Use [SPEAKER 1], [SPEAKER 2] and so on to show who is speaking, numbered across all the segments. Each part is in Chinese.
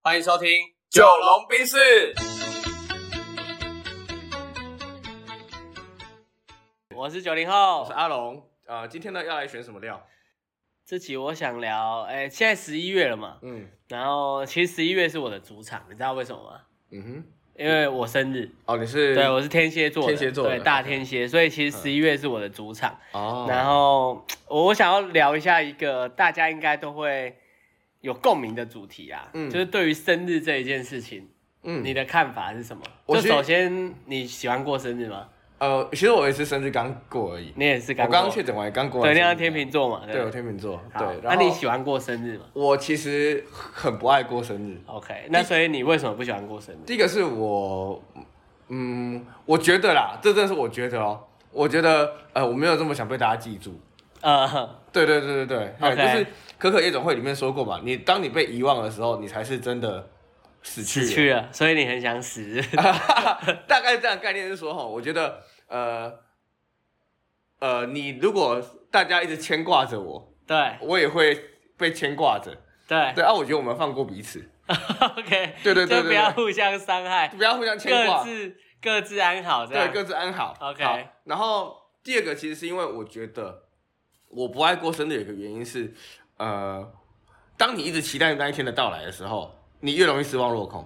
[SPEAKER 1] 欢迎收听《
[SPEAKER 2] 九龙冰室，
[SPEAKER 1] 我是九零后
[SPEAKER 2] 我是。阿龙。呃，今天呢要来选什么料？
[SPEAKER 1] 这期我想聊，哎、现在十一月了嘛，
[SPEAKER 2] 嗯
[SPEAKER 1] 然后其实十一月是我的主场，你知道为什么吗？
[SPEAKER 2] 嗯哼，
[SPEAKER 1] 因为我生日，
[SPEAKER 2] 哦，你是
[SPEAKER 1] 对，我是天蝎座的，
[SPEAKER 2] 天蝎座的
[SPEAKER 1] 对，大天蝎，所以其实十一月是我的主场。
[SPEAKER 2] 哦，
[SPEAKER 1] 然后我我想要聊一下一个大家应该都会有共鸣的主题啊，
[SPEAKER 2] 嗯
[SPEAKER 1] 就是对于生日这一件事情，
[SPEAKER 2] 嗯
[SPEAKER 1] 你的看法是什么？
[SPEAKER 2] 我
[SPEAKER 1] 就
[SPEAKER 2] 其实
[SPEAKER 1] 首先你喜欢过生日吗？
[SPEAKER 2] 呃，其实我也是生日刚过而已，
[SPEAKER 1] 你也是
[SPEAKER 2] 我
[SPEAKER 1] 刚
[SPEAKER 2] 刚
[SPEAKER 1] 过
[SPEAKER 2] 确诊完，刚过完
[SPEAKER 1] 对，那
[SPEAKER 2] 生日
[SPEAKER 1] 张天秤，座嘛，
[SPEAKER 2] 对
[SPEAKER 1] 不
[SPEAKER 2] 我天秤座，
[SPEAKER 1] 好
[SPEAKER 2] 对。
[SPEAKER 1] 那
[SPEAKER 2] 然
[SPEAKER 1] 你
[SPEAKER 2] 后
[SPEAKER 1] 喜欢过生日吗
[SPEAKER 2] 我其实很不爱过生日。
[SPEAKER 1] ？OK，那所以你为什么不喜欢过生日？
[SPEAKER 2] 第一个是我，嗯，我觉得啦，这真的是我觉得哦，我觉得呃，我没有这么想被大家记住。
[SPEAKER 1] 呃，
[SPEAKER 2] 对对对对对，还有
[SPEAKER 1] OK
[SPEAKER 2] 就是可可夜总会里面说过嘛，你当你被遗忘的时候，你才是真的死去
[SPEAKER 1] 死
[SPEAKER 2] 了。
[SPEAKER 1] 去了，所以你很想死。
[SPEAKER 2] 大概这样的概念是说哈，我觉得呃呃，你如果大家一直牵挂着我，
[SPEAKER 1] 对
[SPEAKER 2] 我也会被牵挂着。
[SPEAKER 1] 对
[SPEAKER 2] 对啊，我觉得我们放过彼此，
[SPEAKER 1] ，OK，
[SPEAKER 2] 对对对对
[SPEAKER 1] 就不要互相伤害，
[SPEAKER 2] 不要互相牵
[SPEAKER 1] 各
[SPEAKER 2] 挂，
[SPEAKER 1] 自各自安好这
[SPEAKER 2] 对，
[SPEAKER 1] 样。
[SPEAKER 2] 各自安好。
[SPEAKER 1] OK
[SPEAKER 2] 好然后第二个其实是因为我觉得我不爱过生日，有一个原因是，呃，当你一直期待那一天的到来的时候，你越容易失望落空。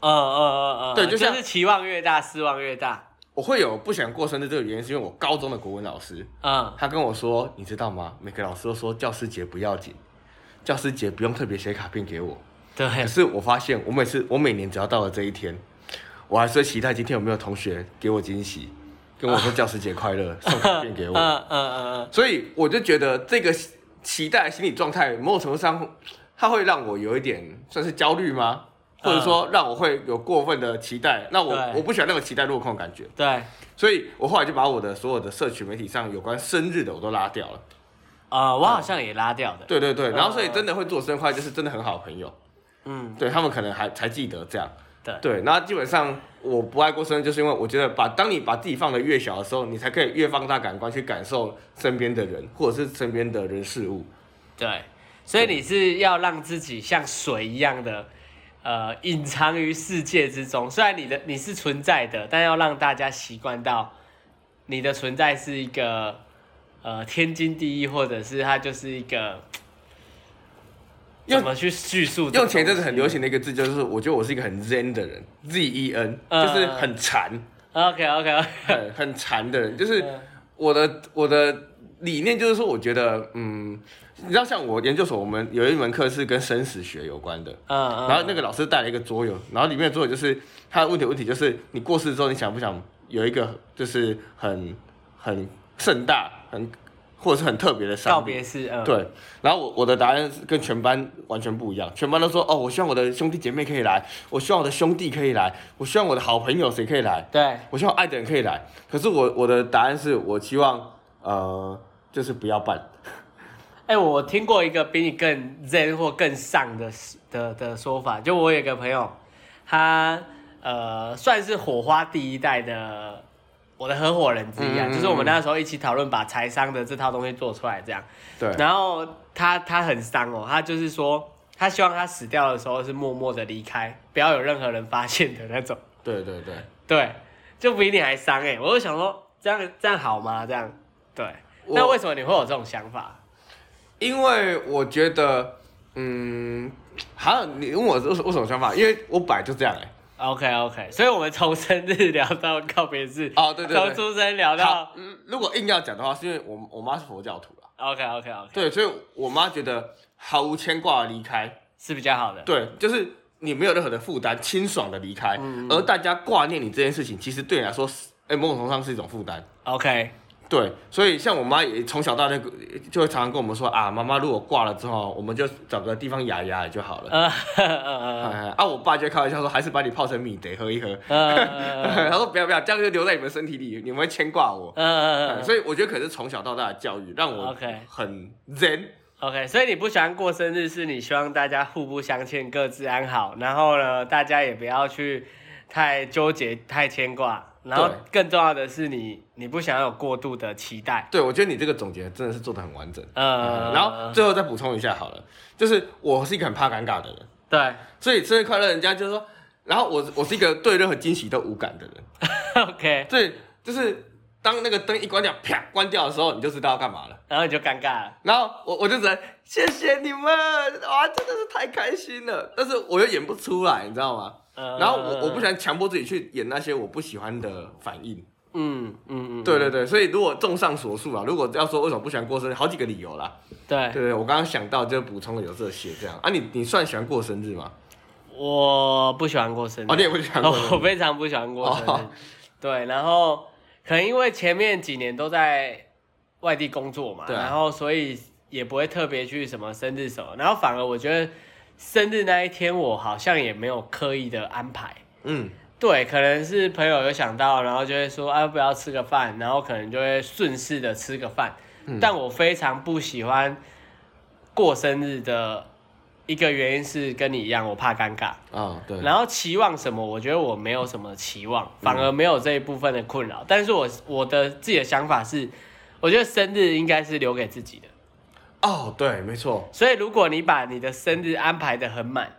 [SPEAKER 1] 嗯嗯嗯嗯，
[SPEAKER 2] 对就像
[SPEAKER 1] 是期望越大，失望越大。
[SPEAKER 2] 我会有不想过生日这个原因，是因为我高中的国文老师，
[SPEAKER 1] 嗯，
[SPEAKER 2] 他跟我说，你知道吗？每个老师都说教师节不要紧，教师节不用特别写卡片给我。
[SPEAKER 1] 对，
[SPEAKER 2] 可是我发现，我每次我每年只要到了这一天，我还是会期待今天有没有同学给我惊喜，跟我说教师节快 乐，送卡片给
[SPEAKER 1] 嗯
[SPEAKER 2] 我。
[SPEAKER 1] 嗯嗯
[SPEAKER 2] 所以我就觉得这个期待心理状态，某种程度上，它会让我有一点算是焦虑吗？或者说让我会有过分的期待，那我
[SPEAKER 1] 嗯对
[SPEAKER 2] 我不喜欢那种期待落空的感觉，
[SPEAKER 1] 嗯，对，
[SPEAKER 2] 所以我后来就把我的所有的社群媒体上有关生日的我都拉掉了。
[SPEAKER 1] 呃，我好像也拉掉的。
[SPEAKER 2] 对对对，然后所以
[SPEAKER 1] 嗯
[SPEAKER 2] 真的会做生日快乐，就是真的很好的朋友，
[SPEAKER 1] 嗯，
[SPEAKER 2] 对他们可能还才记得这样。
[SPEAKER 1] 对
[SPEAKER 2] 对，然后基本上我不爱过生日，就是因为我觉得把当你把自己放得越小的时候，你才可以越放大感官去感受身边的人或者是身边的人事物。
[SPEAKER 1] 对，所以你是要让自己像水一样的，呃，隐藏于世界之中。虽然你的你是存在的，但要让大家习惯到你的存在是一个呃天经地义，或者是它就是一个
[SPEAKER 2] 用
[SPEAKER 1] 怎么去叙述这个东
[SPEAKER 2] 用
[SPEAKER 1] 西？
[SPEAKER 2] 前一阵子很流行的一个字，就是我觉得我是一个很 zen 的人，Z E N，
[SPEAKER 1] 嗯
[SPEAKER 2] 就是很馋，
[SPEAKER 1] OK OK OK，
[SPEAKER 2] 很 很馋的人，就是
[SPEAKER 1] 嗯
[SPEAKER 2] 我的我的理念就是说，我觉得嗯，你知道像我研究所，我们有一门课是跟生死学有关的，
[SPEAKER 1] 嗯嗯，
[SPEAKER 2] 然后那个老师带了一个桌游，然后里面的桌游就是他的问题，问题就是你过世之后，你想不想有一个就是很很盛大、很或者是很特别的丧礼
[SPEAKER 1] 告别式，嗯，
[SPEAKER 2] 对，然后我我的答案是跟全班完全不一样，全班都说哦，我希望我的兄弟姐妹可以来，我希望我的兄弟可以来，我希望我的好朋友谁可以来，
[SPEAKER 1] 对，
[SPEAKER 2] 我希望爱的人可以来。可是我我的答案是我希望呃，就是不要办。
[SPEAKER 1] 哎、我听过一个比你更 zen 或更上的的的说法，就我有一个朋友，他呃算是火花第一代的我的合伙人之一啊，
[SPEAKER 2] 嗯嗯
[SPEAKER 1] 就是我们那时候一起讨论把财商的这套东西做出来这样。
[SPEAKER 2] 对，
[SPEAKER 1] 然后他他很伤哦，他就是说他希望他死掉的时候是默默的离开，不要有任何人发现的那种。
[SPEAKER 2] 对对对，
[SPEAKER 1] 对，就比你还伤哎、我就想说这样这样好吗？这样对，
[SPEAKER 2] 我
[SPEAKER 1] 那为什么你会有这种想法？
[SPEAKER 2] 因为我觉得嗯，还有你问我我什我什么想法？因为我本来就这样哎、
[SPEAKER 1] OK OK，所以我们从生日聊到告别式，
[SPEAKER 2] 哦对对对
[SPEAKER 1] 从出生聊
[SPEAKER 2] 好
[SPEAKER 1] 到，
[SPEAKER 2] 嗯如果硬要讲的话，是因为我我妈是佛教徒啦，
[SPEAKER 1] OK OK OK
[SPEAKER 2] 对，所以我妈觉得毫无牵挂的离开。
[SPEAKER 1] 是比较好的，
[SPEAKER 2] 对，就是你没有任何的负担，清爽的离开，而大家挂念你这件事情，其实对你来说是，哎、某种程度上是一种负担。
[SPEAKER 1] OK
[SPEAKER 2] 对，所以像我妈也从小到大就会常常跟我们说啊，妈妈如果挂了之后，我们就找个地方压压就好了。
[SPEAKER 1] 呃呃
[SPEAKER 2] 哎啊，我爸就会开玩笑说，还是把你泡成米得喝一喝。
[SPEAKER 1] 呃呃
[SPEAKER 2] 他说不要不要，这样就留在你们身体里，你们会牵挂我。哎
[SPEAKER 1] 呃
[SPEAKER 2] 所以我觉得可能是从小到大的教育让我
[SPEAKER 1] OK
[SPEAKER 2] 很 zen。
[SPEAKER 1] ，OK，所以你不喜欢过生日，是你希望大家互不相欠，各自安好，然后呢，大家也不要去太纠结、太牵挂，然后
[SPEAKER 2] 对
[SPEAKER 1] 更重要的是你，你不想要有过度的期待，
[SPEAKER 2] 对，我觉得你这个总结真的是做的很完整。
[SPEAKER 1] 呃，
[SPEAKER 2] 然后最后再补充一下好了，就是我是一个很怕尴尬的人，
[SPEAKER 1] 对
[SPEAKER 2] 所以生日快乐，人家就说，然后我我是一个对任何惊喜都无感的人，
[SPEAKER 1] ，OK，
[SPEAKER 2] 对，就是当那个灯一关掉，啪关掉的时候，你就知道要干嘛了。
[SPEAKER 1] 然后你就尴尬了，
[SPEAKER 2] 然后我我就只能谢谢你们，哇，真的是太开心了，但是我又演不出来，你知道吗？
[SPEAKER 1] 呃
[SPEAKER 2] 然后我我不喜，欢强迫自己去演那些我不喜欢的反应。
[SPEAKER 1] 嗯嗯嗯，
[SPEAKER 2] 对对对，所以如果综上所述啊，如果要说为什么不喜欢过生日，好几个理由啦。
[SPEAKER 1] 对
[SPEAKER 2] 对，对，我刚刚想到就补充了有这些这样啊，你你算喜欢过生日吗？
[SPEAKER 1] 我不喜欢过生日，
[SPEAKER 2] 哦，你也不喜欢过生
[SPEAKER 1] 哦，我
[SPEAKER 2] 日，
[SPEAKER 1] 非常不喜欢过生日。
[SPEAKER 2] 哦
[SPEAKER 1] 对，然后可能因为前面几年都在外地工作嘛，
[SPEAKER 2] 对啊
[SPEAKER 1] 然后所以也不会特别去什么生日什么，然后反而我觉得生日那一天我好像也没有刻意的安排。
[SPEAKER 2] 嗯，
[SPEAKER 1] 对，可能是朋友有想到，然后就会说啊，要不要吃个饭，然后可能就会顺势的吃个饭。但我非常不喜欢过生日的一个原因是跟你一样，我怕尴尬。
[SPEAKER 2] 啊对，
[SPEAKER 1] 然后期望什么？我觉得我没有什么期望，反而没有这一部分的困扰。但是我我的自己的想法是，我觉得生日应该是留给自己的。
[SPEAKER 2] 哦对，没错，
[SPEAKER 1] 所以如果你把你的生日安排的很满，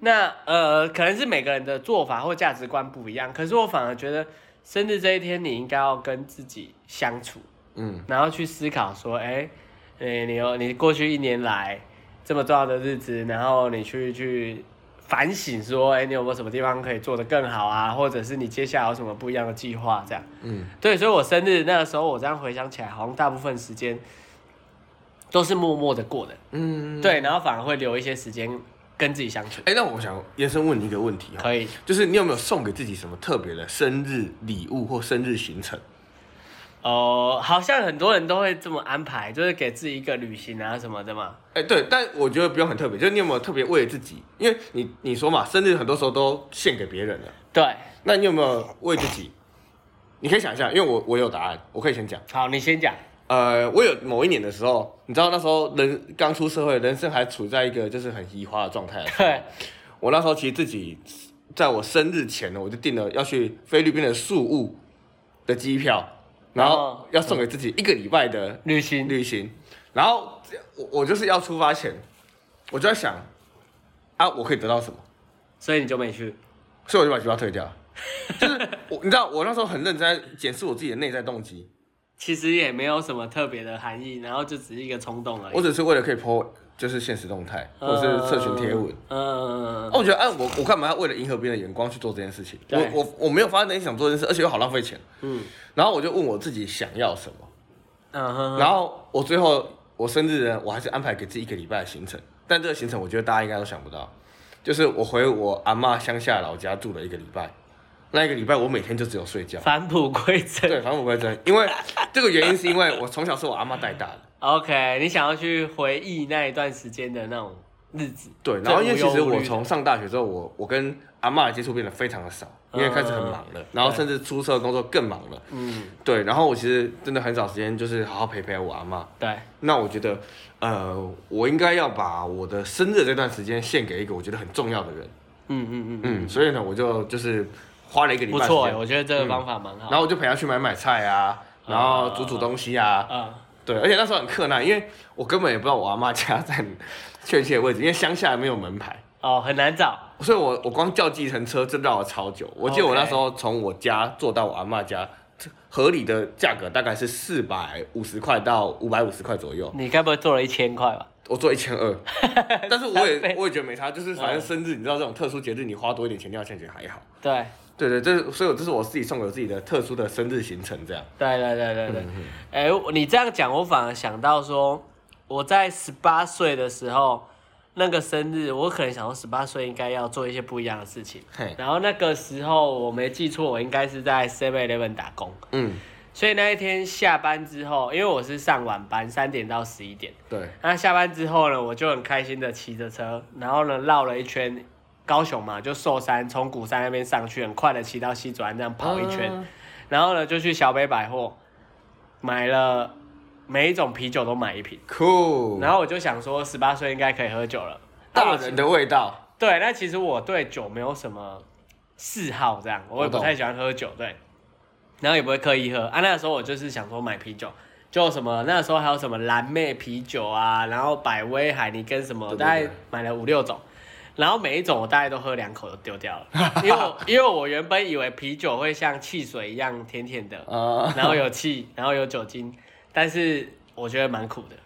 [SPEAKER 1] 那呃可能是每个人的做法或价值观不一样。可是我反而觉得生日这一天，你应该要跟自己相处，
[SPEAKER 2] 嗯
[SPEAKER 1] 然后去思考说，哎，你你有你过去一年来这么重要的日子，然后你去去反省说，哎，你有没有什么地方可以做得更好啊？或者是你接下来有什么不一样的计划？这样，
[SPEAKER 2] 嗯，
[SPEAKER 1] 对，所以我生日那个时候，我这样回想起来，好像大部分时间都是默默的过的，
[SPEAKER 2] 嗯，
[SPEAKER 1] 对，然后反而会留一些时间跟自己相处，
[SPEAKER 2] 哎，那我想延伸问你一个问题哦，
[SPEAKER 1] 可以。
[SPEAKER 2] 就是你有没有送给自己什么特别的生日礼物或生日行程？
[SPEAKER 1] 哦、好像很多人都会这么安排，就是给自己一个旅行啊什么的嘛。
[SPEAKER 2] 哎、对，但我觉得不用很特别，就是你有没有特别为了自己？因为你你说嘛，生日很多时候都献给别人了，
[SPEAKER 1] 对，
[SPEAKER 2] 那你有没有为自己？你可以想一下，因为我我有答案，我可以先讲。
[SPEAKER 1] 好，你先讲。
[SPEAKER 2] 呃，我有某一年的时候，你知道那时候人刚出社会，人生还处在一个就是很移花的状态的时候
[SPEAKER 1] 对。
[SPEAKER 2] 我那时候其实自己在我生日前呢，我就订了要去菲律宾的宿务的机票，然
[SPEAKER 1] 哦
[SPEAKER 2] 后要送给自己一个礼拜的
[SPEAKER 1] 旅行，
[SPEAKER 2] 旅行，然后这我我就是要出发前，我就在想，啊，我可以得到什么？
[SPEAKER 1] 所以你就没去。
[SPEAKER 2] 所以我就把机票退掉了。就是我，你知道，我那时候很认真在检视我自己的内在动机，
[SPEAKER 1] 其实也没有什么特别的含义，然后就只是一个冲动而已。
[SPEAKER 2] 我只是为了可以 po 就是现实动态或者
[SPEAKER 1] 呃
[SPEAKER 2] 是社群贴文。
[SPEAKER 1] 嗯，嗯，
[SPEAKER 2] 哦，我觉得，哎、我我干嘛要为了迎合别人的眼光去做这件事情？
[SPEAKER 1] 对
[SPEAKER 2] 我我我没有发现能力想做这件事，而且又好浪费钱。
[SPEAKER 1] 嗯
[SPEAKER 2] 然后我就问我自己想要什么，
[SPEAKER 1] 嗯哼哼，。
[SPEAKER 2] 然后我最后我生日呢，我还是安排给自己一个礼拜的行程，但这个行程我觉得大家应该都想不到，就是我回我阿嬷乡下老家住了一个礼拜，那一个礼拜我每天就只有睡觉
[SPEAKER 1] 返璞归真。
[SPEAKER 2] 对，反正我不会真，因为这个原因是因为我从小是我阿嬷带大的，
[SPEAKER 1] OK，你想要去回忆那一段时间的那种日子。
[SPEAKER 2] 对，
[SPEAKER 1] 这
[SPEAKER 2] 然后因为
[SPEAKER 1] 无
[SPEAKER 2] 其
[SPEAKER 1] 忧
[SPEAKER 2] 实
[SPEAKER 1] 无虑
[SPEAKER 2] 我
[SPEAKER 1] 的
[SPEAKER 2] 从上大学之后，我我跟阿嬷的接触变得非常的少，因为开始很忙了，然后甚至出社会工作更忙了，
[SPEAKER 1] 嗯，
[SPEAKER 2] 对，然后我其实真的很少时间就是好好陪陪我阿嬷。
[SPEAKER 1] 对，
[SPEAKER 2] 那我觉得，呃，我应该要把我的生日这段时间献给一个我觉得很重要的人，
[SPEAKER 1] 嗯嗯嗯，
[SPEAKER 2] 嗯，所以呢，我就就是花了一个礼
[SPEAKER 1] 不
[SPEAKER 2] 拜时
[SPEAKER 1] 错哎，
[SPEAKER 2] 间，
[SPEAKER 1] 我觉得这个方法蛮好。
[SPEAKER 2] 然后我就陪他去买买菜啊，然后煮煮东西啊，
[SPEAKER 1] 啊，
[SPEAKER 2] 对，而且那时候很困难，因为我根本也不知道我阿妈家在 确切的位置，因为乡下没有门牌，
[SPEAKER 1] 哦，很难找。
[SPEAKER 2] 所以我我光叫计程车就绕了超久。我记得我那时候从我家坐到我阿妈家，合理的价格大概是四百五十块到五百五十块左右，
[SPEAKER 1] 你该不会做了一千块吧？
[SPEAKER 2] 我做一千 二，但是我
[SPEAKER 1] 三倍嗯
[SPEAKER 2] 也我也觉得没差，就是反正生日，你知道这种特殊节日，你花多一点钱掉钱觉得还好。
[SPEAKER 1] 对，
[SPEAKER 2] 对对，这是所以我这是我自己送给我自己的特殊的生日行程，这样。
[SPEAKER 1] 对对对对
[SPEAKER 2] 嗯
[SPEAKER 1] 对。哎、你这样讲，我反而想到说，我在十八岁的时候，那个生日，我可能想说十八岁应该要做一些不一样的事情。
[SPEAKER 2] 嘿，
[SPEAKER 1] 然后那个时候我没记错，我应该是在 Seven Eleven 打工，
[SPEAKER 2] 嗯，
[SPEAKER 1] 所以那一天下班之后，因为我是上晚班，三点到十一点。
[SPEAKER 2] 对，
[SPEAKER 1] 那下班之后呢，我就很开心的骑着车，然后呢绕了一圈高雄嘛，就寿山，从鼓山那边上去，很快的骑到西子湾，这样跑一圈，
[SPEAKER 2] 啊
[SPEAKER 1] 然后呢就去小北百货买了每一种啤酒都买一
[SPEAKER 2] 哦
[SPEAKER 1] 瓶，
[SPEAKER 2] 酷，
[SPEAKER 1] 然后我就想说十八岁应该可以喝酒了，
[SPEAKER 2] 大
[SPEAKER 1] 啊
[SPEAKER 2] 人的味道。
[SPEAKER 1] 对，那其实我对酒没有什么嗜好，这样我也
[SPEAKER 2] 我
[SPEAKER 1] 不
[SPEAKER 2] 懂
[SPEAKER 1] 太喜欢喝酒，对，然后也不会刻意喝啊。那时候我就是想说买啤酒，就什么那时候还有什么蓝妹啤酒啊，然后百威、海尼根什么，
[SPEAKER 2] 对对
[SPEAKER 1] 大概
[SPEAKER 2] 对
[SPEAKER 1] 买了五六种。然后每一种我大概都喝两口就 丢掉了，因为我因为我原本以为啤酒会像汽水一样甜甜的，
[SPEAKER 2] 啊，
[SPEAKER 1] 然后有气，然后有酒精，但是我觉得蛮苦的。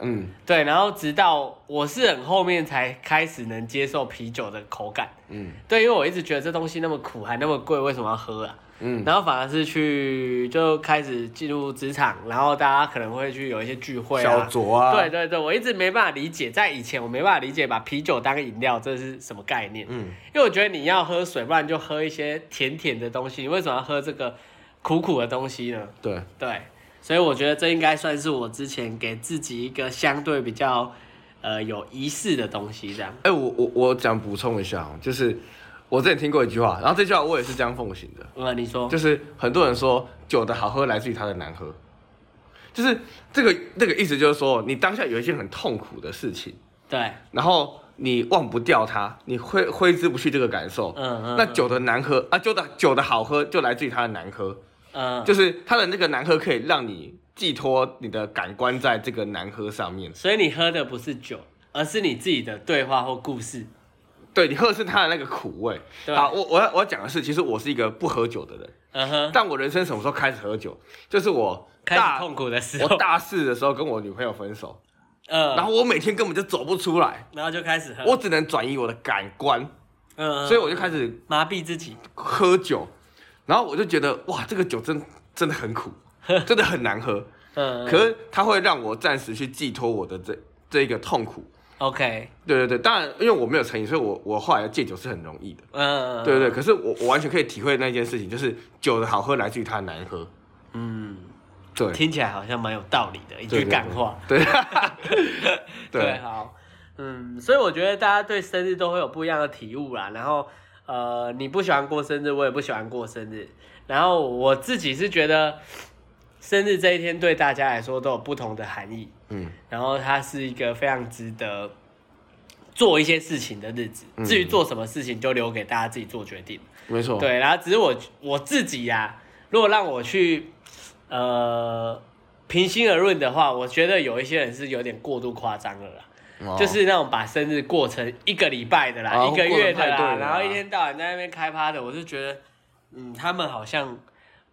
[SPEAKER 2] 嗯
[SPEAKER 1] 对，然后直到我是很后面才开始能接受啤酒的口感，
[SPEAKER 2] 嗯
[SPEAKER 1] 对，因为我一直觉得这东西那么苦还那么贵，为什么要喝啊？
[SPEAKER 2] 嗯
[SPEAKER 1] 然后反而是去就开始进入职场，然后大家可能会去有一些聚会
[SPEAKER 2] 小
[SPEAKER 1] 啊。
[SPEAKER 2] 酌啊，
[SPEAKER 1] 对，对对，我一直没办法理解，在以前我没办法理解把啤酒当饮料这是什么概念，
[SPEAKER 2] 嗯
[SPEAKER 1] 因为我觉得你要喝水，不然就喝一些甜甜的东西，你为什么要喝这个苦苦的东西呢？
[SPEAKER 2] 对，
[SPEAKER 1] 对，所以我觉得这应该算是我之前给自己一个相对比较呃有仪式的东西，这样。
[SPEAKER 2] 哎、我我我讲补充一下哦，就是我之前听过一句话，然后这句话我也是这样奉行的，
[SPEAKER 1] 呃，你说，
[SPEAKER 2] 就是很多人说酒的好喝来自于它的难喝，就是这个这个意思就是说，你当下有一件很痛苦的事情，
[SPEAKER 1] 对，
[SPEAKER 2] 然后你忘不掉它，你挥挥之不去这个感受。
[SPEAKER 1] 嗯嗯，
[SPEAKER 2] 那酒的难喝啊，酒的酒的好喝就来自于它的难喝，
[SPEAKER 1] 嗯，嗯
[SPEAKER 2] 就是它的那个难喝可以让你寄托你的感官在这个难喝上面。
[SPEAKER 1] 所以你喝的不是酒，而是你自己的对话或故事。
[SPEAKER 2] 对你喝的是它的那个苦味。
[SPEAKER 1] 对
[SPEAKER 2] 好，我我要我要讲的是，其实我是一个不喝酒的人，
[SPEAKER 1] 嗯哼，
[SPEAKER 2] 但我人生什么时候开始喝酒？就是我
[SPEAKER 1] 开始
[SPEAKER 2] 大
[SPEAKER 1] 痛苦的时
[SPEAKER 2] 我
[SPEAKER 1] 候，
[SPEAKER 2] 大四的时候跟我女朋友分手，
[SPEAKER 1] 嗯，
[SPEAKER 2] 然后我每天根本就走不出来，
[SPEAKER 1] 然后就开始喝，
[SPEAKER 2] 我只能转移我的感官，
[SPEAKER 1] 嗯，
[SPEAKER 2] 所以我就开始
[SPEAKER 1] 麻痹自己，
[SPEAKER 2] 喝酒，然后我就觉得哇，这个酒真真的很 苦，真的很难喝，
[SPEAKER 1] 嗯，
[SPEAKER 2] 可是它会让我暂时去寄托我的这这一个痛苦。
[SPEAKER 1] OK，
[SPEAKER 2] 对对对，当然，因为我没有成瘾，所以我我后来戒酒是很容易的。
[SPEAKER 1] 嗯，
[SPEAKER 2] 对对对，可是我我完全可以体会那件事情，就是酒的好喝来自于它的难喝。
[SPEAKER 1] 嗯，
[SPEAKER 2] 对
[SPEAKER 1] 听起来好像蛮有道理的一句
[SPEAKER 2] 对对对
[SPEAKER 1] 感话，
[SPEAKER 2] 对
[SPEAKER 1] 对
[SPEAKER 2] 对，
[SPEAKER 1] 好，嗯，所以我觉得大家对生日都会有不一样的体悟啦。然后，呃，你不喜欢过生日，我也不喜欢过生日。然后我自己是觉得，生日这一天对大家来说都有不同的含义。
[SPEAKER 2] 嗯
[SPEAKER 1] 然后它是一个非常值得做一些事情的日子。至于做什么事情，就留给大家自己做决定。
[SPEAKER 2] 没错。
[SPEAKER 1] 对，然后只是我我自己呀、如果让我去呃平心而论的话，我觉得有一些人是有点过度夸张了啦。
[SPEAKER 2] 哦，
[SPEAKER 1] 就是那种把生日过成一个礼拜的啦，
[SPEAKER 2] 啊
[SPEAKER 1] 一个月的
[SPEAKER 2] 过得太
[SPEAKER 1] 啦，
[SPEAKER 2] 对了啦
[SPEAKER 1] 然后一天到晚在那边开趴的，我就觉得，嗯，他们好像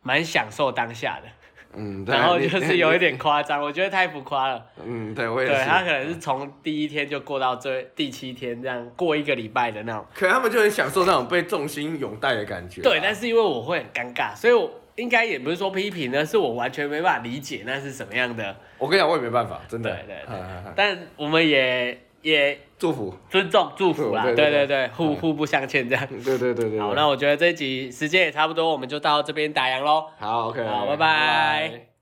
[SPEAKER 1] 蛮享受当下的，
[SPEAKER 2] 嗯，对
[SPEAKER 1] 然后就
[SPEAKER 2] 你
[SPEAKER 1] 是有一点夸张，我觉得太浮夸了。
[SPEAKER 2] 嗯，对我也
[SPEAKER 1] 对
[SPEAKER 2] 是。
[SPEAKER 1] 他可能是从第一天就过到最第七天，这样过一个礼拜的那种。
[SPEAKER 2] 可能他们就很享受那种被重心拥戴的感觉啊。
[SPEAKER 1] 对，但是因为我会很尴尬，所以我应该也不是说批评呢，是我完全没办法理解那是什么样的。
[SPEAKER 2] 我跟你讲，我也没办法，真的。
[SPEAKER 1] 对对对
[SPEAKER 2] 嗯嗯嗯
[SPEAKER 1] 但我们也也
[SPEAKER 2] 祝福。
[SPEAKER 1] 尊重祝福啦，
[SPEAKER 2] 对
[SPEAKER 1] 对
[SPEAKER 2] 对对
[SPEAKER 1] 对对，互
[SPEAKER 2] 嗯
[SPEAKER 1] 互不相欠这样。
[SPEAKER 2] 对嗯对对对对。
[SPEAKER 1] 好，那我觉得这一集时间也差不多，我们就到这边打烊喽。
[SPEAKER 2] 好 OK。
[SPEAKER 1] 好拜拜
[SPEAKER 2] 拜